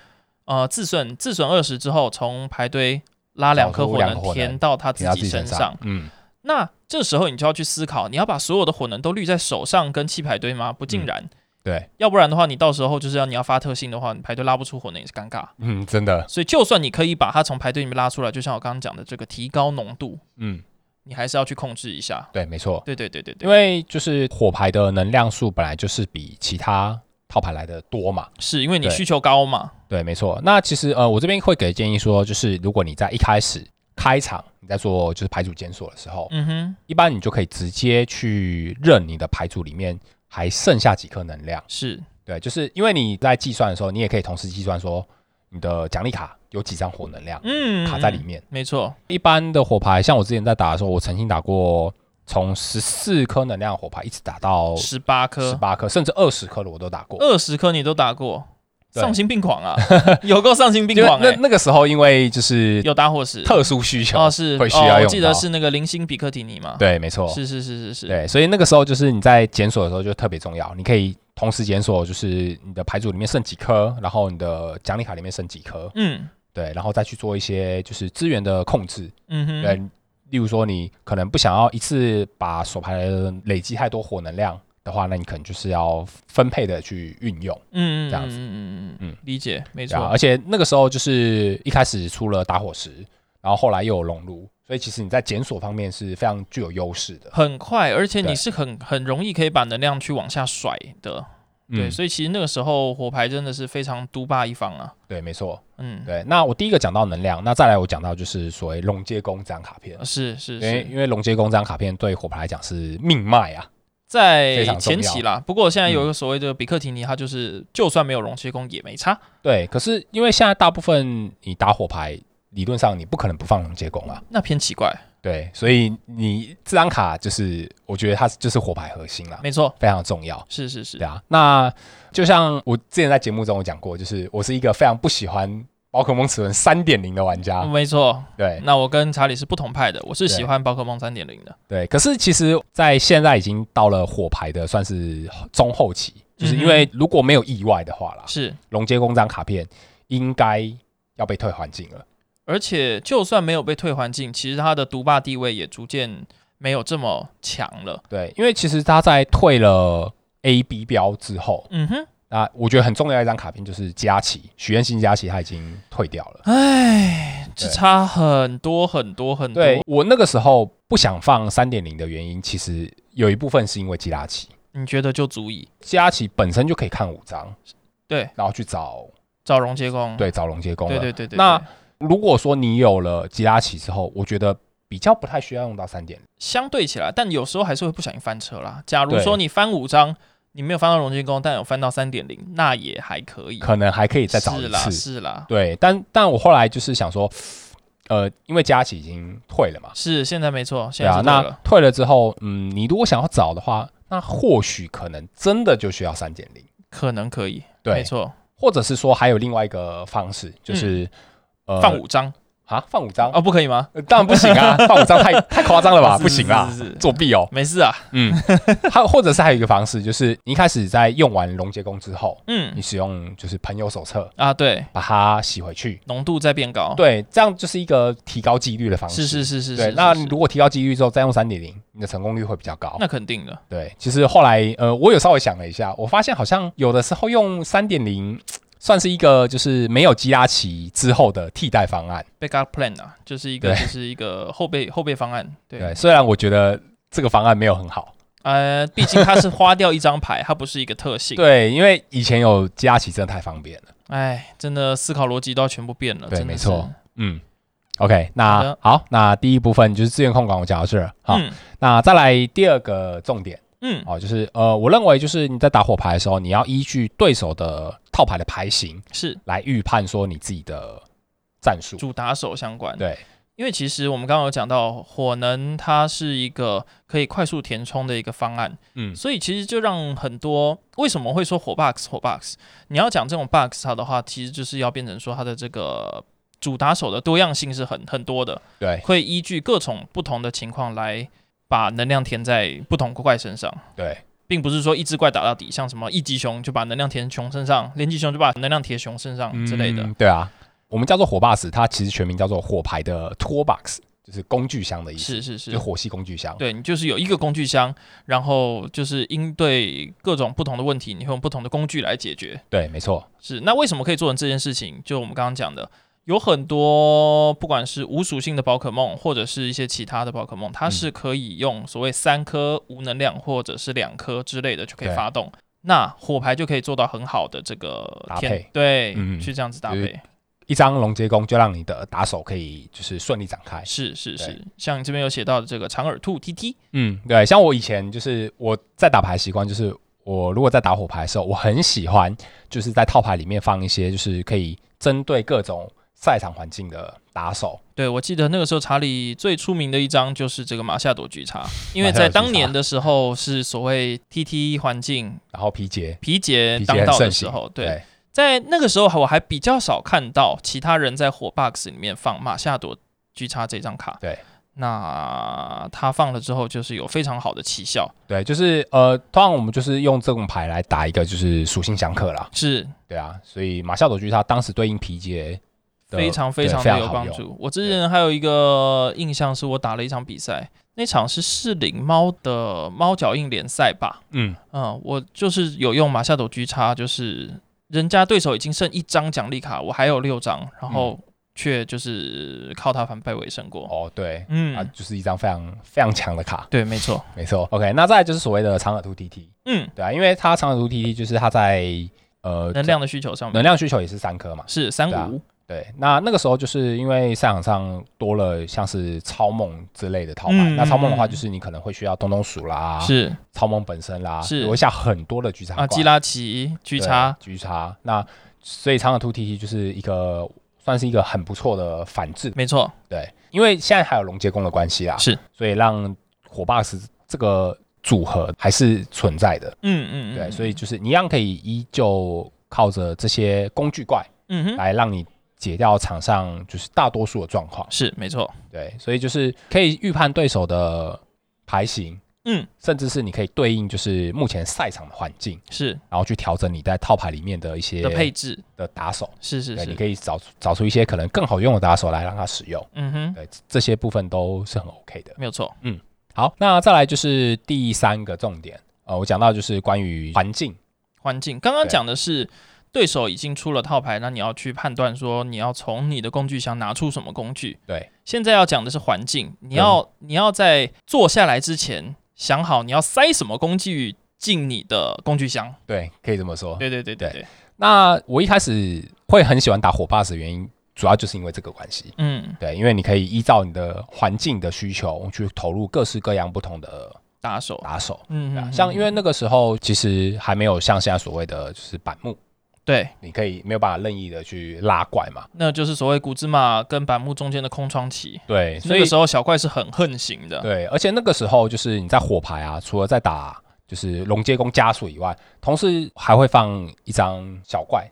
A: 呃自损自损二十之后，从排堆拉两颗火
B: 两颗
A: 能
B: 火能
A: 填到它
B: 停
A: 自
B: 到
A: 己身
B: 上
A: 上。，
B: 嗯，
A: 那这时候你就要去思考，你要把所有的火能都滤在手上跟气排堆吗？不
B: 嗯
A: 尽然，
B: 对，
A: 要不然的话，你到时候就是要你要发特性的话，你排队拉不出火能也是尴尬。
B: 嗯，真的，
A: 所以就算你可以把它从排队里面拉出来，就像我刚刚讲的这个提高浓度，
B: 嗯，
A: 你还是要去控制一下。
B: 对，没错，
A: 对对对对对，
B: 因为就是火牌的能量数本来就是比其他套牌来的多嘛，
A: 是因为你
B: 对
A: 需求高嘛？
B: 对，没错。那其实呃，我这边会给建议说，就是如果你在一开始开场你在做就是牌组检索的时候，
A: 嗯哼，
B: 一般你就可以直接去认你的牌组里面还剩下几颗能量。
A: 是
B: 对，就是因为你在计算的时候，你也可以同时计算说你的奖励卡有几张火能量
A: 嗯
B: 卡在里，面。
A: 没错，
B: 一般的火牌，像我之前在打的时候，我曾经打过从十四颗能量的火牌一直打到哦十
A: 十八颗，哦
B: 八颗，甚至二十颗的我都打过。
A: 二十颗你都打过，
B: 对
A: 丧心病狂 啊，有够丧心病
B: 因为
A: 狂哎、
B: 那那个时候因为就是
A: 有打火石
B: 特殊需求，
A: 哦，是
B: 会需要用
A: 哦，
B: 到
A: 我记得是那个零星比克提尼嘛，，
B: 对，没错，
A: 是是是是是，
B: 对，所以那个时候就是你在检索的时候就特别重要，你可以同时检索，就是你的牌组里面剩几颗，然后你的奖励卡里面剩几颗，
A: 嗯
B: 对，然后再去做一些就是资源的控制，
A: 嗯哼，
B: 对，例如说你可能不想要一次把手牌累积太多火能量的话，那你可能就是要分配的去运用，
A: 嗯，嗯
B: 这样子
A: 嗯嗯嗯嗯
B: 嗯
A: 嗯，理解没
B: 对啊，
A: 错，
B: 而且那个时候就是一开始出了打火石，然后后来又有熔炉，所以其实你在检索方面是非常具有优势的。
A: 很快，而且你
B: 对
A: 是很很容易可以把能量去往下甩的，对，
B: 嗯
A: 所以其实那个时候火牌真的是非常独霸一方啊，
B: 对，没错，
A: 嗯，
B: 对。那我第一个讲到能量，那再来我讲到就是所谓龙接工这张卡片，
A: 是是
B: 因为
A: 是，
B: 因为龙接工这张卡片对火牌来讲是命脉啊，
A: 在
B: 非常重
A: 前
B: 要
A: 期啦，不过现在有
B: 嗯
A: 一个所谓的比克提尼，他就是就算没有容切工也没差，
B: 对。可是因为现在大部分你打火牌，理论上你不可能不放龙接工啊，
A: 那偏奇怪，
B: 对。所以你这张卡就是我觉得它是就是火牌核心啦，
A: 没错，
B: 非常重要。
A: 是是是
B: 对，啊，那就像我之前在节目中有讲过，就是我是一个非常不喜欢宝可梦齿轮三点零的玩家。
A: 没错。
B: 啊对
A: 那我跟查理是不同派的，我是
B: 对
A: 喜欢宝可梦三点零的，
B: 对，可是其实，在现在已经到了火牌的算是中后期，就是因为如果没有意外的话啦，
A: 是，
B: 龙接公章卡片应该要被退环境了。
A: 而且就算没有被退环境，其实他的独霸地位也逐渐没有这么强了，
B: 对，因为其实他在退了 A、B 标之后，
A: 嗯哼，
B: 那我觉得很重要的一张卡片就是佳琪许愿星佳琪，他已经退掉了。
A: 唉，这
B: 对
A: 差很多很多很多。
B: 对我那个时候不想放三点零的原因，其实有一部分是因为基拉奇，
A: 你觉得就足以
B: 基拉奇本身就可以看五张，
A: 对，
B: 然后去找
A: 找容接工？
B: 对找龙接工
A: 对
B: 了。
A: 嗯对对对
B: 那
A: 对
B: 如果说你有了基拉奇之后，我觉得比较不太需要用到三点零。
A: 相对起来，但有时候还是会不小心翻车啦。假如
B: 对
A: 说你翻五张，你没有翻到容接工，但有翻到三点零，那也还可以，
B: 可能还可以再找
A: 是
B: 一
A: 啦
B: 次。
A: 是啦，
B: 对，但但我后来就是想说，呃，因为基拉奇已经退了嘛，
A: 是现在没错，现在
B: 对啊
A: 是，对
B: 那
A: 了。
B: 退了之后，嗯，你如果想要找的话，那或许可能真的就需要三点零。
A: 可能可以，没
B: 对，
A: 错，嗯
B: 或者是说还有另外一个方式，就是、呃
A: 放五张
B: 啊，放五张、
A: 哦，不可以吗？啊
B: 呃当然不行 啊，放五张太太夸张了吧，
A: 是
B: 不行啦
A: 是，是是
B: 作弊哦。
A: 没事啊，
B: 嗯，还有或者是还有一个方式，就是你一开始在用完龙结功之后，你
A: 嗯
B: 使用就是朋友手册
A: 啊，对，
B: 把它洗回去，
A: 浓度在变高，，
B: 对，这样就是一个提高几率的方式。
A: 哦是是是是
B: 对
A: 是，，
B: 那
A: 是
B: 你如果提高几率之后再用三点零，你的成功率会比较高。
A: 那肯定的，
B: 对，其实后来呃，我有稍微想了一下，我发现好像有的时候用三点零算是一个就是没有积压期之后的替代方案。
A: backup plan 啊，就是一个
B: 对
A: 就是一个后备后备方案，对，
B: 对，虽然我觉得这个方案没有很好，
A: 呃，毕竟它是花掉一张牌，它不是一个特性。
B: 对，因为以前有积压期真的太方便了。
A: 哎，真的思考逻辑都要全部变了，
B: 对
A: 真的
B: 没
A: 是
B: 错。嗯，OK，
A: 好
B: 那
A: 的
B: 好，那第一部分就是资源控管，我讲到这儿。好，
A: 嗯
B: 那再来第二个重点
A: 嗯，
B: 哦，就是呃，我认为就是你在打火牌的时候，你要依据对手的套牌的牌型
A: 是
B: 来预判说你自己的战术。
A: 主打手相关。
B: 对，
A: 因为其实我们刚刚有讲到，火能它是一个可以快速填充的一个方案，
B: 嗯，
A: 所以其实就让很多为什么会说火 box 火 box，你要讲这种 box 它的话，其实就是要变成说它的这个主打手的多样性是很很多的，
B: 对
A: 会依据各种不同的情况来把能量填在不同怪身上。
B: 对
A: 并不是说一只怪打到底，像什么一级熊就把能量填熊身上，连击熊就把能量贴熊身上之类的。
B: 嗯对啊，我们叫做火 box，它其实全名叫做火牌的 toolbox，就是工具箱的意思，
A: 是是
B: 就是
A: 是，
B: 火系工具箱。
A: 对你就是有一个工具箱，然后就是应对各种不同的问题，你会用不同的工具来解决。
B: 对，没错。
A: 是，那为什么可以做成这件事情？就我们刚刚讲的，有很多不管是无属性的宝可梦，或者是一些其他的宝可梦，它
B: 嗯
A: 是可以用所谓三颗无能量，或者是两颗之类的就可以
B: 对
A: 发动。那火牌就可以做到很好的这个
B: 搭
A: 天
B: 配
A: 对，
B: 嗯
A: 去这样子搭
B: 就是
A: 配。
B: 一张龙结弓就让你的打手可以就是顺利展开。
A: 是是
B: 对
A: 是，像你这边有写到的这个长耳兔 TT，
B: 嗯，对，像我以前就是我在打牌习惯，就是我如果在打火牌的时候，我很喜欢就是在套牌里面放一些就是可以针对各种赛场环境的打手。
A: 对我记得那个时候查理最出名的一张就是这个马夏朵菊 茶，因为
B: 马夏
A: 在
B: 朵菊
A: 当
B: 茶
A: 年的时候是所谓 TT 环境
B: 然后皮杰，
A: 皮杰
B: 皮杰
A: 当
B: 很
A: 道的
B: 盛
A: 时
B: 行
A: 候，对，在那个时候我还比较少看到其他人在火 box 里面放马夏朵菊茶这张卡，
B: 对，
A: 那他放了之后就是有非常好的奇效，
B: 对，就是呃，通常我们就是用这种牌来打一个就是属性相克啦。
A: 是
B: 对啊，所以马夏朵居他当时对应皮杰的
A: 非常非
B: 对
A: 常
B: 非
A: 的
B: 常
A: 有
B: 好
A: 帮
B: 用
A: 助。我之前还有一个印象是我打了一场比赛，那场是士林猫的猫脚印联赛吧？
B: 嗯，
A: 嗯，我就是有用马夏
B: 嗯
A: 朵狙叉，就是人家对手已经剩一张奖励卡，我还有六张，然后却就是靠他反败为胜过。
B: 哦，对，
A: 嗯，
B: 啊，就是一张非常非常强的卡，
A: 对，没错，
B: 没错。OK，那再来就是所谓的长耳兔 TT，
A: 嗯，
B: 对啊，因为它长耳兔 TT 就是它在呃
A: 能量的需求上
B: 能
A: 面
B: 量需求也是三颗嘛，
A: 是三五五，
B: 对，啊那那个时候就是因为赛场上多了像是超梦之类的套牌，
A: 嗯
B: 那超梦的话就是你可能会需要东东鼠啦，
A: 是
B: 超梦本身啦，
A: 是
B: 留下很多的局差
A: 啊，基拉奇、居差，
B: 局差，那所以长耳兔 TT 就是一个算是一个很不错的反制，
A: 没错，
B: 对，因为现在还有龙结宫的关系啦，
A: 是，
B: 所以让火霸石这个组合还是存在的，
A: 嗯嗯，嗯
B: 对，所以就是你一样可以依旧靠着这些工具怪
A: 嗯哼，
B: 来让你解掉场上就是大多数的状况。
A: 是没错，
B: 对，所以就是可以预判对手的牌型，
A: 嗯，
B: 甚至是你可以对应就是目前赛场的环境，
A: 是
B: 然后去调整你在套牌里面的一些
A: 的配置，
B: 的打手，
A: 是是
B: 对，你
A: 是，
B: 可以找出找出一些可能更好用的打手来让它使用，
A: 嗯哼，
B: 对，这些部分都是很 OK 的。
A: 没有错，
B: 好，那再来就是第三个重点，呃，我讲到就是关于环境，
A: 环境刚刚
B: 对
A: 讲的是。对手已经出了套牌，那你要去判断说你要从你的工具箱拿出什么工具。
B: 对，
A: 现在要讲的是环境，你要、你要在坐下来之前想好你要塞什么工具进你的工具箱。
B: 对，可以这么说。
A: 对对对对对，
B: 那我一开始会很喜欢打火把的原因，主要就是因为这个关系。
A: 嗯，
B: 对，因为你可以依照你的环境的需求去投入各式各样不同的
A: 打手，
B: 打手。对啊
A: 嗯，
B: 像因为那
A: 个
B: 个时候其实还没有像现在所谓的就是板木，
A: 对，
B: 你可以没有办法任意的去拉怪嘛。
A: 那就是所谓古芝麻跟板木中间的空窗期。
B: 对，
A: 那
B: 所以
A: 个时候小怪是很横行的，
B: 对，而且那个时候就是你在火牌啊，除了在打就是龙接工枷锁以外，同时还会放一张小怪，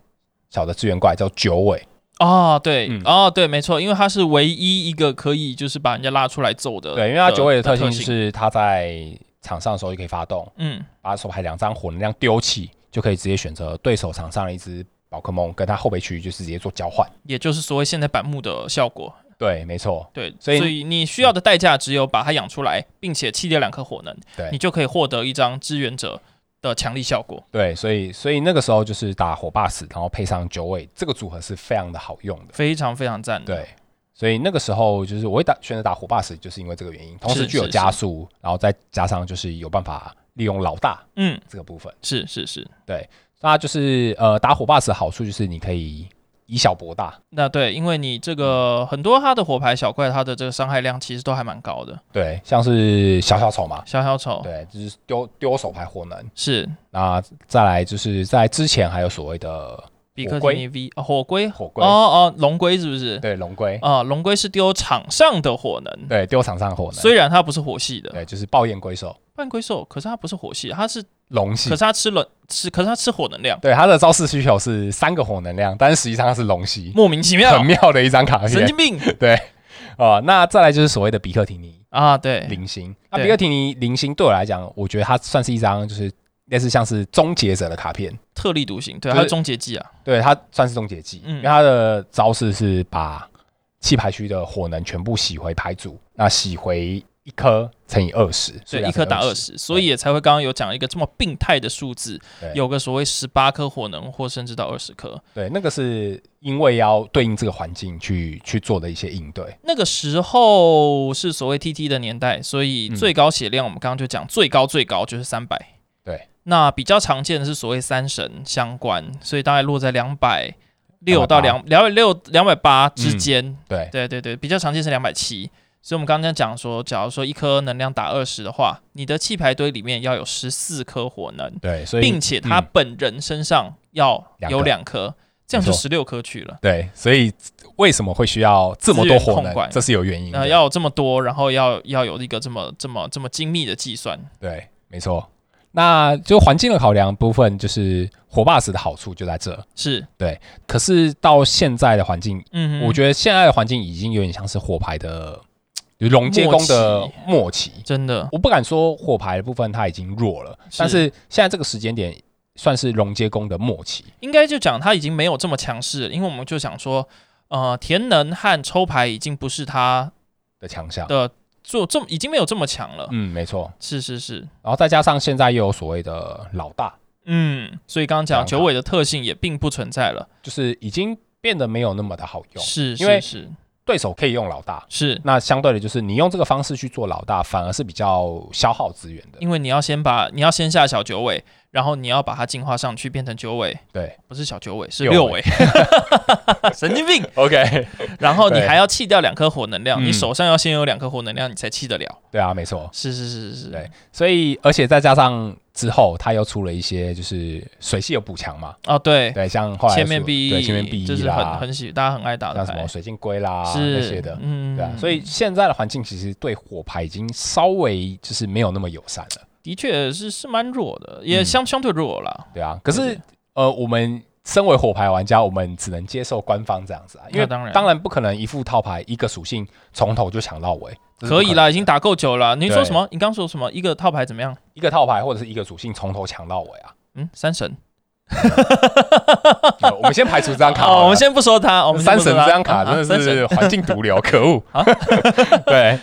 B: 小的支援怪叫九尾。
A: 哦，对，
B: 嗯
A: 哦，对，没错，因为它是唯一一个可以就是把人家拉出来揍的。
B: 对，因为它九尾的特
A: 呃特
B: 性就，是它在场上的时候就可以发动，
A: 嗯，
B: 把手牌两张火能量丢弃，就可以直接选择对手场上的一只宝可梦跟它后备区，就是直接做交换。
A: 也就是所谓现在板木的效果。
B: 对，没错，
A: 对，
B: 所以
A: 你需要的代价只有把它养出来，并且弃掉两颗火能，
B: 对
A: 你就可以获得一张支援者的强力效果，
B: 对，所以所以那个时候就是打火霸死，然后配上九尾这个组合是非常的好用的。
A: 非常非常赞。，
B: 对，所以那个时候就是我会打选择打火霸石，就是因为这个原因，同时
A: 是
B: 具有
A: 是
B: 加速，然后再加上就是有办法利用老大
A: 嗯，
B: 这个部分。
A: 是是是，
B: 那就是呃打火霸石的好处就是你可以以小博大，
A: 那对，因为你这个很多它的火牌小怪，它的这个伤害量其实都还蛮高的，
B: 对，像是小小丑嘛，
A: 小小丑
B: 对，就是丢丢手牌火能。
A: 是
B: 那再来就是在之前还有所谓的
A: 比
B: 火
A: 克
B: 龟
A: 提尼 V 哦火龟，
B: 火龟，
A: 哦哦龙龟是不是？
B: 对龙龟，
A: 啊，龙龟是丢场上的火能，
B: 对丢场上的火能，
A: 虽然它不是火系的
B: 对就是爆焰龟手
A: 半龟兽，可是它不是火系，它是
B: 龙
A: 可
B: 系
A: 是。它吃冷吃，可是它吃火能量，
B: 对它的招式需求是三个火能量，但是实际上它是龙系，
A: 莫名其妙
B: 很，妙的一张卡片。
A: 神经病
B: 哦，那再来就是所谓的比克提尼
A: 啊！对，
B: 零星。那
A: 对
B: 比克提尼零星对我来讲，我觉得它算是一张就是类似像是终结者的卡片，
A: 特立独行，对，
B: 就是
A: 它是终结技啊，
B: 对它算是终结技，
A: 嗯
B: 因为它的招式是把弃牌区的火能全部洗回牌组，那洗回一颗乘以二十，
A: 对，一颗
B: 啊
A: 打二，十，所以也才会刚刚有讲一个这么病态的数字
B: 对，
A: 有个所谓十八颗火能，或甚至到二十颗。
B: 对，那个是因为要对应这个环境去去做的一些应对，
A: 那个时候是所谓 TT 的年代，所以
B: 嗯
A: 最高血量我们刚刚就讲最高最高就是三百。
B: 对，
A: 那比较常见的是所谓三神相关，所以大概落在两百六到两两百六两百八
B: 嗯
A: 之间。
B: 对
A: 对对对，比较常见是两百七。所以我们刚刚讲说，假如说一颗能量打二十的话，你的弃牌堆里面要有十四颗火能，
B: 对，所以
A: 并且他
B: 嗯
A: 本人身上要有两颗，这样就
B: 没
A: 十六颗去了。
B: 对，所以为什么会需要这么多
A: 资源
B: 火
A: 控
B: 能？
A: 管
B: 这是有原因
A: 那
B: 的，
A: 呃要有这么多，然后要要有一个这么这么这么精密的计算，
B: 对，没错。那就环境的考量部分，就是火把石的好处就在这。
A: 是，
B: 可是到现在的环境，
A: 嗯哼，
B: 我觉得现在的环境已经有点像是火牌的就是龙接工的末期。
A: 真的
B: 我不敢说火牌的部分它已经弱了，
A: 是
B: 但是现在这个时间点算是龙接工的末期。
A: 应该就讲他已经没有这么强势了，因为我们就想说，呃，田能和抽牌已经不是他
B: 的强项。
A: 的做这么已经没有这么强了，
B: 嗯，没错。
A: 是是是，
B: 然后再加上现在又有所谓的老大，
A: 嗯，所以刚刚
B: 这样
A: 讲
B: 吧
A: 九尾的特性也并不存在了，
B: 就是已经变得没有那么的好用。
A: 是，
B: 因为
A: 是是
B: 对手可以用老大，
A: 是，
B: 那相对的就是你用这个方式去做老大，反而是比较消耗资源的。
A: 因为你要先把你要先下小九尾，然后你要把它进化上去变成九尾，
B: 对
A: 不是小九尾是
B: 六
A: 六尾， 神经病。
B: ，OK，
A: 然后你
B: 对
A: 还要弃掉两颗火能量，
B: 嗯
A: 你手上要先有两颗火能量，你才弃得了。
B: 对啊，没错。
A: 是是是是是
B: 对，所以而且再加上之后，他又出了一些就是水系有补强嘛，
A: 哦对，
B: 对，像后来
A: 千面 E
B: 出
A: 必
B: 对
A: 异，
B: 千面必
A: 这
B: 异
A: 是很
B: 啦，
A: 很喜大家很爱打的
B: 像什么
A: 牌，
B: 水晶龟啦
A: 是
B: 那些的，
A: 嗯
B: 对啊，所以现在的环境其实对火牌已经稍微就是没有那么友善了，
A: 的确是是蛮弱的，也
B: 嗯
A: 相相对弱啦。
B: 对啊。可
A: 对
B: 是
A: 对
B: 呃，我们身为火牌玩家，我们只能接受官方这样子啊，因为
A: 那当然
B: 当然不可能一副套牌一个属性从头就抢到尾，这是不
A: 可以
B: 能
A: 啦，
B: 的
A: 已经打够久了。你说
B: 对
A: 什么？你刚说什么？一个套牌怎么样？
B: 一个套牌或者是一个属性从头抢到尾 啊。
A: 嗯，三神。
B: 呃 我们先排除这张卡好了，
A: 哦，我们先不说他，我们先
B: 三
A: 不说
B: 神
A: 他
B: 这张
A: 啊
B: 卡
A: 啊
B: 真的
A: 三神
B: 是环境 毒瘤，可恶
A: 啊！
B: 对，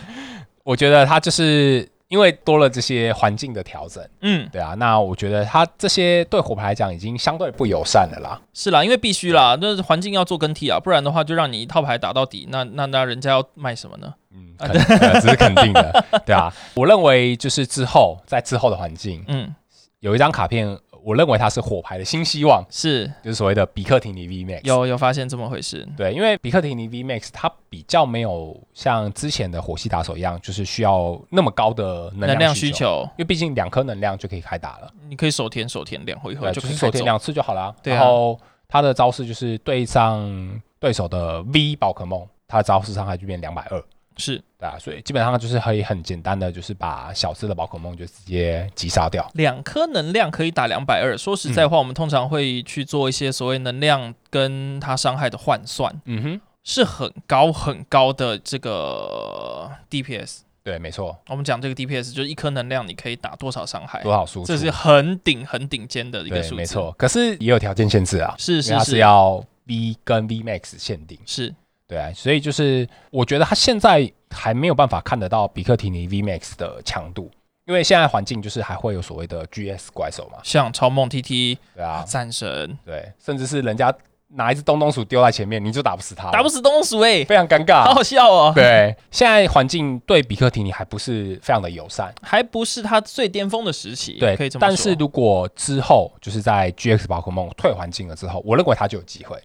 B: 我觉得它就是因为多了这些环境的调整，
A: 嗯，
B: 对啊，那我觉得它这些对火牌来讲已经相对不友善了啦。
A: 是啦，因为必须啦，那环境要做更替啊，不然的话就让你一套牌打到底，那那那人家要卖什么呢？
B: 嗯，
A: 啊
B: 肯呃这是肯定的，对啊。我认为就是之后在之后的环境
A: 嗯，
B: 有一张卡片，我认为它是火牌的新希望，
A: 是
B: 就是所谓的比克廷尼 V Max。
A: 有有发现这么回事，
B: 对，因为比克廷尼 V Max 它比较没有像之前的火系打手一样，就是需要那么高的能
A: 能量
B: 量
A: 需
B: 需求，
A: 求，
B: 因为毕竟两颗能量就可以开打了，
A: 你可以手填手填两回合
B: 对，啊
A: 就
B: 就
A: 可
B: 是
A: 以
B: 手
A: 开
B: 填
A: 走。
B: 两次就好啦。
A: 对啊
B: 然后它的招式就是对上对手的 V 宝可梦，它的招式伤害就变两百二。
A: 是
B: 对啊，所以基本上就是可以很简单的，就是把小只的宝可梦就直接击杀掉。
A: 两颗能量可以打两百二。说实
B: 嗯
A: 在话，我们通常会去做一些所谓能量跟它伤害的换算，
B: 嗯哼，
A: 是很高很高的这个 DPS。
B: 对，没错，
A: 我们讲这个 DPS 就是一颗能量你可以打多少伤害，
B: 多少输出？
A: 哎这是很顶很顶尖的一个
B: 啊对，
A: 数字。
B: 没，错。可是也有条件限制啊，
A: 是
B: 因为
A: 是
B: 它是
A: 是
B: 要 V 跟 V Max 限定。
A: 是
B: 对啊，所以就是我觉得他现在还没有办法看得到比克提尼 V Max 的强度，因为现在环境就是还会有所谓的 GS 怪兽嘛，
A: 像超梦 TT
B: 对啊，
A: 战神
B: 对，甚至是人家拿一只东东鼠丢在前面，你就打不死它了，
A: 打不死东鼠哎、
B: 非常尴尬。
A: 好好笑 哦。
B: 对，现在环境对比克提尼还不是非常的友善，
A: 还不是他最巅峰的时期，
B: 对
A: 可以这。么说。
B: 但是如果之后就是在 GX 宝可梦退环境了之后，我认为它就有机会。
A: 哦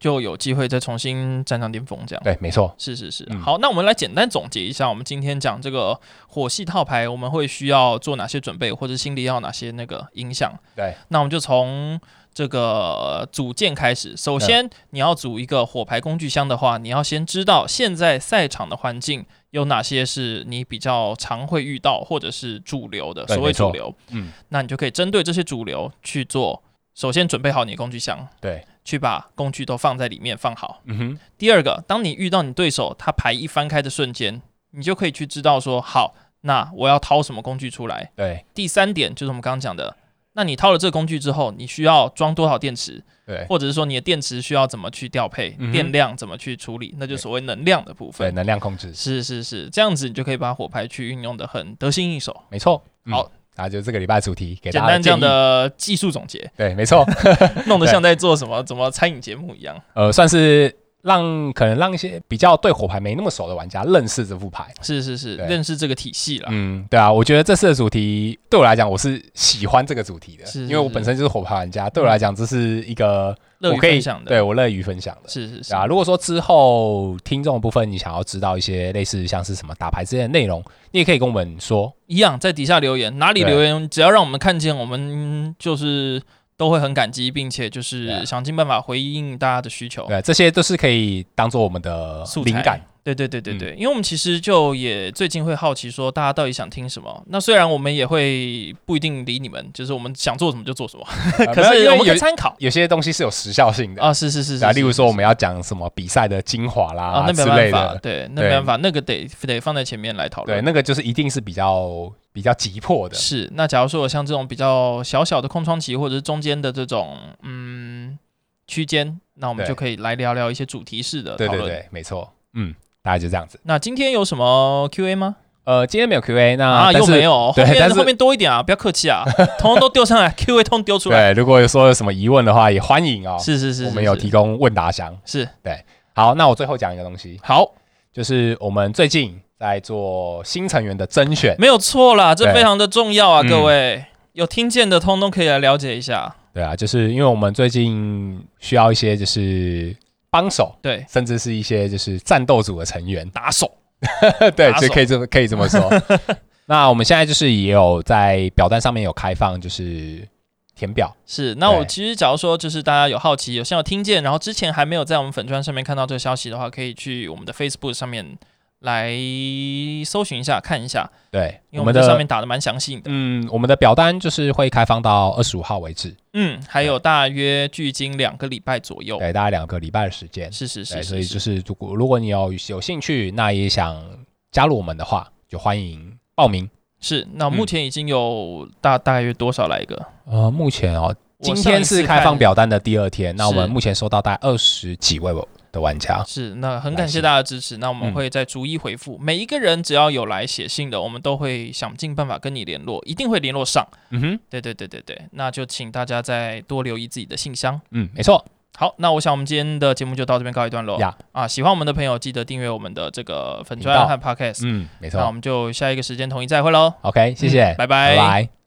A: 就有机会再重新站上巅峰，这样。
B: 对，没错，
A: 是是是，
B: 嗯
A: 好，那我们来简单总结一下，我们今天讲这个火系套牌，我们会需要做哪些准备，或者心里要有哪些那个影响？
B: 对，
A: 那我们就从这个组件开始。首先，你要组一个火牌工具箱的话，你要先知道现在赛场的环境有哪些是你比较常会遇到，或者是主流的。
B: 对
A: 所谓
B: 没错
A: 主流，
B: 嗯，
A: 那你就可以针对这些主流去做。首先，准备好你的工具箱，
B: 对，
A: 去把工具都放在里面放好。
B: 嗯哼，
A: 第二个，当你遇到你对手他牌一翻开的瞬间，你就可以去知道说，好，那我要掏什么工具出来。
B: 对
A: 第三点就是我们刚刚讲的，那你掏了这个工具之后，你需要装多少电池，
B: 对
A: 或者是说你的电池需要怎么去调配，
B: 嗯哼
A: 电量怎么去处理，那就是所谓能量的部
B: 对，
A: 分。
B: 能量控制，
A: 是是是，这样子你就可以把火牌去运用的很得心应手。
B: 没错。嗯
A: 好，
B: 那就这个礼拜的主题给
A: 简
B: 大家
A: 单这样
B: 建议
A: 的技术总结，
B: 对，没错，
A: 弄得像在做什么怎么餐饮节目一样。
B: 呃，算是让可能让一些比较对火牌没那么熟的玩家认识这副牌。
A: 是是是，
B: 对
A: 认识这个体系了。
B: 嗯，对啊，我觉得这次的主题对我来讲，我是喜欢这个主题的，
A: 是
B: 因为我
A: 是
B: 本身就是火牌玩家，对我来讲这是一个
A: 乐
B: 我
A: 于
B: 可以
A: 分享的，
B: 对我乐于分享的。
A: 是是是
B: 对啊，如果说之后听众的部分你想要知道一些类似像是什么打牌之类的内容，你也可以跟我们说。
A: 一样在底下留言，哪里
B: 对
A: 留言，只要让我们看见，我们就是都会很感激，并且就
B: 对
A: 是
B: 啊
A: 想尽办法回应大家的需求。
B: 对，这些都是可以当做我们的
A: 哦素材
B: 灵 感。
A: 对对对对对，嗯因为我们其实就也最近会好奇说，大家到底想听什么？那虽然我们也会不一定理你们，就是我们想做什么就做什么，啊
B: 呃
A: 可
B: 没有
A: 是
B: 因
A: 我
B: 为
A: 们可
B: 有
A: 以参考
B: 有些东西是有时效性的
A: 啊。是是是
B: 对啊，
A: 是，
B: 例如说我
A: 们
B: 们要讲什么比赛的精华啦、
A: 啊，那
B: 之
A: 没
B: 类
A: 办法
B: 的，，
A: 对，那
B: 对
A: 没办法，那个得得放在前面来讨
B: 对，
A: 论。
B: 那个就是一定是比较比较急迫的，
A: 是，那假如说有像这种比较小小的空窗期，或者是中间的这种嗯区间，那我们
B: 对
A: 就可以来聊聊一些主题式的
B: 对
A: 讨
B: 对
A: 论。
B: 对，没错，嗯，大概就这样子。
A: 那今天有什么 Q&A 吗？
B: 呃，今天没有 Q&A，那、
A: 啊，
B: 但
A: 又
B: 是
A: 没有，后
B: 对但
A: 面
B: 是
A: 后面多一点啊，不要客气 啊，通通都丢上来，Q A 通丢出来。
B: 对，如果有说有什么疑问的话，也欢迎哦。
A: 是是是，
B: 我
A: 是
B: 们有
A: 是
B: 提供问答箱。
A: 是
B: 好，那我最后讲一个东西，
A: 好，
B: 就是我们最近在做新成员的甄选。
A: 没有错啦，这
B: 对
A: 非常的重要啊，
B: 嗯
A: 各位有听见的通通可以来了解一下。
B: 对啊，就是因为我们最近需要一些就是帮手，
A: 对，
B: 甚至是一些就是战斗组的成员。
A: 打手
B: 对，
A: 打手
B: 就可以这么可以这么 说。那我们现在就是也有在表单上面有开放，就是填表。
A: 是。那我
B: 对
A: 其实假如说就是大家有好奇，有现在有听见，然后之前还没有在我们粉砖上面看到这个消息的话，可以去我们的 Facebook 上面来搜寻一下，看一下，
B: 对，
A: 因为
B: 我
A: 我们
B: 们
A: 在
B: 的
A: 上面打的蛮详细的。
B: 嗯，我们的表单就是会开放到二十五号为止，
A: 嗯，还有大约距今两个礼拜左右。
B: 对，大概两个礼拜的时间。
A: 是是是
B: 对，所
A: 是，
B: 以就是是如果如果你有有兴趣，那也想加入我们的话，就欢迎报名。
A: 是。
B: 嗯
A: 那目前已经有大大约多少来个？
B: 呃，目前哦，
A: 我
B: 今
A: 上一
B: 天
A: 次
B: 是开放
A: 看
B: 表单的第二天，那我们
A: 是
B: 目前收到大概二十几位的玩家。
A: 是，那很
B: 来
A: 感谢
B: 信
A: 大家的支持。那我们
B: 嗯
A: 会再逐一回复、每一个人，只要有来写信的，我们都会想尽办法跟你联络，一定会联络上。
B: 嗯哼，
A: 对对对对对，那就请大家再多留意自己的信箱。
B: 嗯，没错，
A: 好，那我想我们今天的节目就到这边告一段落。
B: 呀
A: 啊，喜欢我们的朋友记得订阅我们的这个粉
B: 频
A: 专
B: 道
A: 和 podcast、
B: 嗯，没
A: 那我
B: 错。
A: 们就下一个时间同一再会喽，
B: OK，谢谢，
A: 嗯拜拜
B: 拜拜